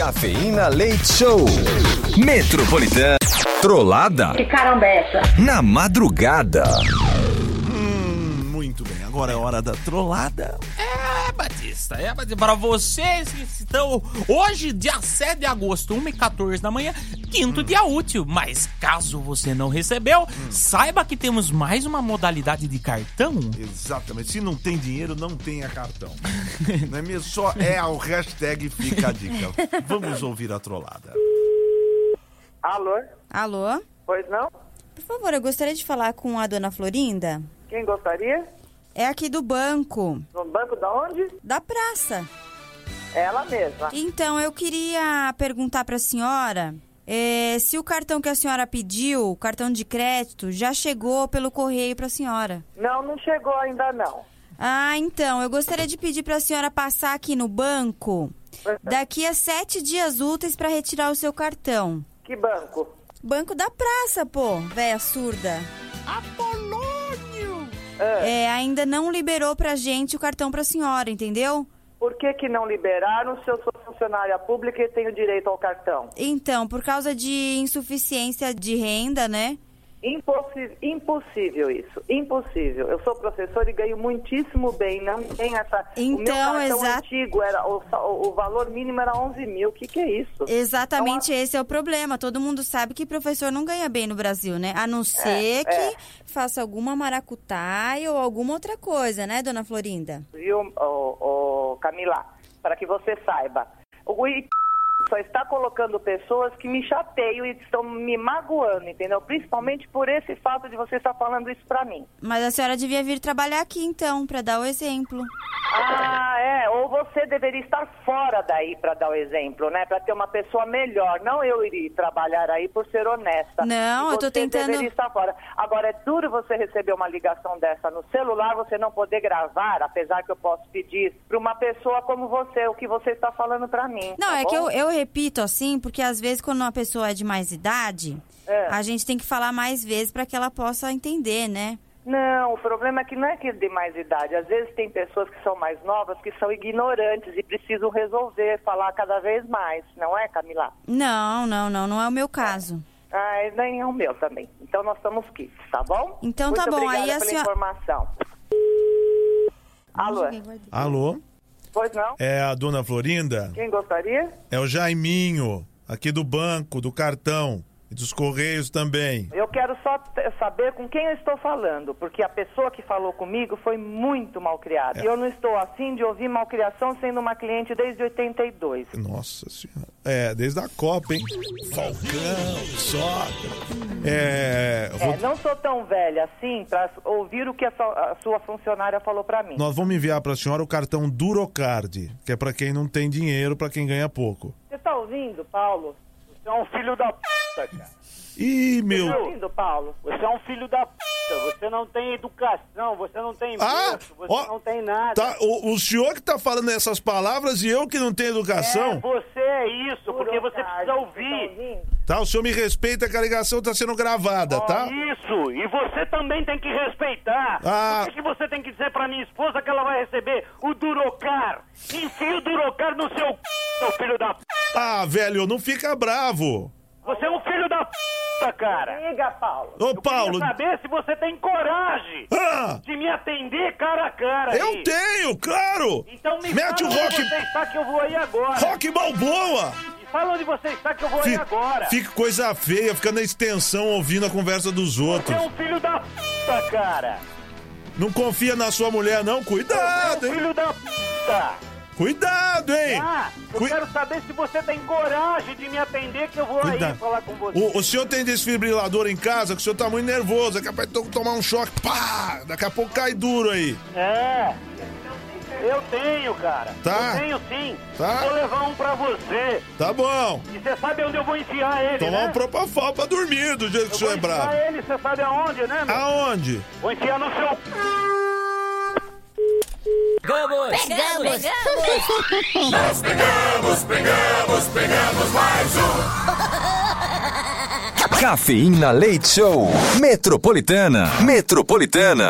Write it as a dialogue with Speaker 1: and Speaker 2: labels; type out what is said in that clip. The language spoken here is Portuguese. Speaker 1: Cafeína Leite Show. Metropolitana. Trollada
Speaker 2: Que caramba é essa?
Speaker 1: na madrugada.
Speaker 3: Hum, muito bem, agora é hora da trollada.
Speaker 4: É, Batista, é, Batista. Para vocês que estão hoje, dia 7 de agosto, 1h14 da manhã, quinto dia útil. Mas caso você não recebeu, saiba que temos mais uma modalidade de cartão.
Speaker 3: Exatamente, se não tem dinheiro, não tenha cartão. não é mesmo? Só é o hashtag fica a dica. Vamos ouvir a trollada.
Speaker 5: Alô?
Speaker 6: Alô?
Speaker 5: Pois não?
Speaker 6: Por favor, eu gostaria de falar com a dona Florinda.
Speaker 5: Quem gostaria?
Speaker 6: É aqui do banco,
Speaker 5: No banco da onde?
Speaker 6: da praça.
Speaker 5: Ela mesma.
Speaker 6: Então, eu queria perguntar para a senhora eh, se o cartão que a senhora pediu, o cartão de crédito, já chegou pelo correio para a senhora.
Speaker 5: Não, não chegou ainda não.
Speaker 6: Ah, então, eu gostaria de pedir para a senhora passar aqui no banco daqui a sete dias úteis para retirar o seu cartão.
Speaker 5: Que banco?
Speaker 6: Banco da praça, pô, véia surda.
Speaker 4: Apolônio!
Speaker 6: É, ainda não liberou pra gente o cartão pra senhora, entendeu?
Speaker 5: Por que que não liberaram se eu sou funcionária pública e tenho direito ao cartão?
Speaker 6: Então, por causa de insuficiência de renda, né?
Speaker 5: Impossi- impossível isso, impossível. Eu sou professora e ganho muitíssimo bem, não tem essa... o meu
Speaker 6: Então,
Speaker 5: cartão
Speaker 6: exa-
Speaker 5: antigo, era, o, sa- o valor mínimo era 11 mil, o que que é isso?
Speaker 6: Exatamente esse é o problema. Todo mundo sabe que professor não ganha bem no Brasil, né? A não ser que faça alguma maracutaia ou alguma outra coisa, né, dona Florinda?
Speaker 5: viu, ô, ô, Camila? Para que você saiba. O I só está colocando pessoas que me chateiam e estão me magoando, entendeu? Principalmente por esse fato de você estar falando isso para mim.
Speaker 6: Mas a senhora devia vir trabalhar aqui então, pra dar o exemplo.
Speaker 5: Ah, é. Ou você deveria estar fora daí para dar o exemplo, né? Para ter uma pessoa melhor. Não eu iria trabalhar aí por ser honesta.
Speaker 6: Não,
Speaker 5: E
Speaker 6: eu tô
Speaker 5: você
Speaker 6: tentando-
Speaker 5: Deveria estar fora. Agora é duro você receber uma ligação dessa no celular, você não poder gravar, apesar que eu posso pedir para uma pessoa como você o que você está falando para mim.
Speaker 6: Não,
Speaker 5: tá
Speaker 6: é
Speaker 5: bom?
Speaker 6: que eu, eu repito assim, porque às vezes quando uma pessoa é de mais idade,
Speaker 5: É.
Speaker 6: a gente tem que falar mais vezes pra que ela possa entender, né?
Speaker 5: Não, o problema é que não é que é de mais idade. Às vezes tem pessoas que são mais novas que são ignorantes e precisam resolver, falar cada vez mais, não é, Camila?
Speaker 6: Não, não, não, não é o meu caso.
Speaker 5: Ah, e nem é o meu também. Então nós estamos quites, tá bom?
Speaker 6: Então
Speaker 5: Muito
Speaker 6: tá bom,
Speaker 5: obrigada
Speaker 6: aí a
Speaker 5: pela
Speaker 6: senhora-
Speaker 5: informação. Alô?
Speaker 3: Alô?
Speaker 5: Pois não?
Speaker 3: É a dona Florinda?
Speaker 5: Quem gostaria?
Speaker 3: É o Jaiminho, aqui do banco, do cartão e dos correios também.
Speaker 5: Eu quero só t- saber com quem eu estou falando, porque a pessoa que falou comigo foi muito malcriada. E eu não estou assim de ouvir malcriação sendo uma cliente desde 82.
Speaker 3: Nossa senhora. É, desde a Copa, hein? Falcão, Sócrates. É,
Speaker 5: É,
Speaker 3: vou-
Speaker 5: não sou tão velha assim pra ouvir o que a sua, a sua funcionária falou pra mim.
Speaker 3: Nós vamos enviar pra senhora o cartão Durocard, que é pra quem não tem dinheiro, pra quem ganha pouco.
Speaker 5: Você tá ouvindo, Paulo?
Speaker 7: Você é um filho da puta, cara.
Speaker 3: Ih,
Speaker 5: Tá
Speaker 3: meu.
Speaker 5: ouvindo, Paulo?
Speaker 7: Você é um filho da puta. Você não tem educação, você não tem
Speaker 3: Ah,
Speaker 7: berço, você
Speaker 3: ó,
Speaker 7: não tem nada.
Speaker 3: Tá, o, o senhor que tá falando essas palavras e eu que não tenho
Speaker 7: É,
Speaker 3: educação?
Speaker 7: você é isso, porque você
Speaker 5: Burocrático,
Speaker 7: precisa
Speaker 5: tá
Speaker 7: ouvir.
Speaker 5: ouvindo?
Speaker 3: Tá, o senhor me respeita que a ligação tá sendo gravada, tá?
Speaker 7: Isso, e você também tem que respeitar.
Speaker 3: Ah.
Speaker 7: O que, que você tem que dizer pra minha esposa que ela vai receber o Durocar? Enfia o Durocar no seu c, seu filho da p.
Speaker 3: Ah, velho, não fica bravo.
Speaker 7: Você é um filho da puta, cara.
Speaker 5: Liga, Paulo.
Speaker 3: Ô,
Speaker 7: Eu
Speaker 3: Paulo.
Speaker 7: queria saber se você tem coragem
Speaker 3: Ah,
Speaker 7: de me atender cara a cara.
Speaker 3: eu
Speaker 7: aí.
Speaker 3: tenho, claro.
Speaker 7: Então me
Speaker 3: Mete o
Speaker 7: fala
Speaker 3: rock,
Speaker 7: onde você está que eu vou aí agora.
Speaker 3: rock balboa.
Speaker 7: Me Fala onde você está que eu vou aí
Speaker 3: Fica,
Speaker 7: agora.
Speaker 3: fica coisa feia, fica na extensão ouvindo a conversa dos
Speaker 7: Você
Speaker 3: outros.
Speaker 7: é um filho da puta, cara.
Speaker 3: Não confia na sua mulher, não? Cuidado, hein?
Speaker 7: Filho da puta.
Speaker 3: Cuidado, hein?
Speaker 7: é um Ah, eu
Speaker 3: Cui-
Speaker 7: quero saber se você tem coragem de me atender que eu vou aí falar com você.
Speaker 3: O, o senhor tem desfibrilador em casa, que o senhor tá muito nervoso, é capaz de to- tomar um choque, pá! Daqui a pouco cai duro aí.
Speaker 7: É. Eu tenho, cara.
Speaker 3: Tá.
Speaker 7: Eu tenho sim.
Speaker 3: Tá.
Speaker 7: Vou levar um pra você.
Speaker 3: Tá bom.
Speaker 7: E você sabe onde eu vou enfiar ele,
Speaker 3: Tomar
Speaker 7: né?
Speaker 3: um propafol pra dormir, do jeito que o
Speaker 7: Vou
Speaker 3: senhor é Ah.
Speaker 7: enfiar
Speaker 3: bravo.
Speaker 7: ele, você sabe aonde, né, meu?
Speaker 3: Aonde?
Speaker 7: Vou enfiar no seu...
Speaker 4: Vamos!
Speaker 8: Pegamos!
Speaker 1: Cafeína Leite Show. Metropolitana. Metropolitana.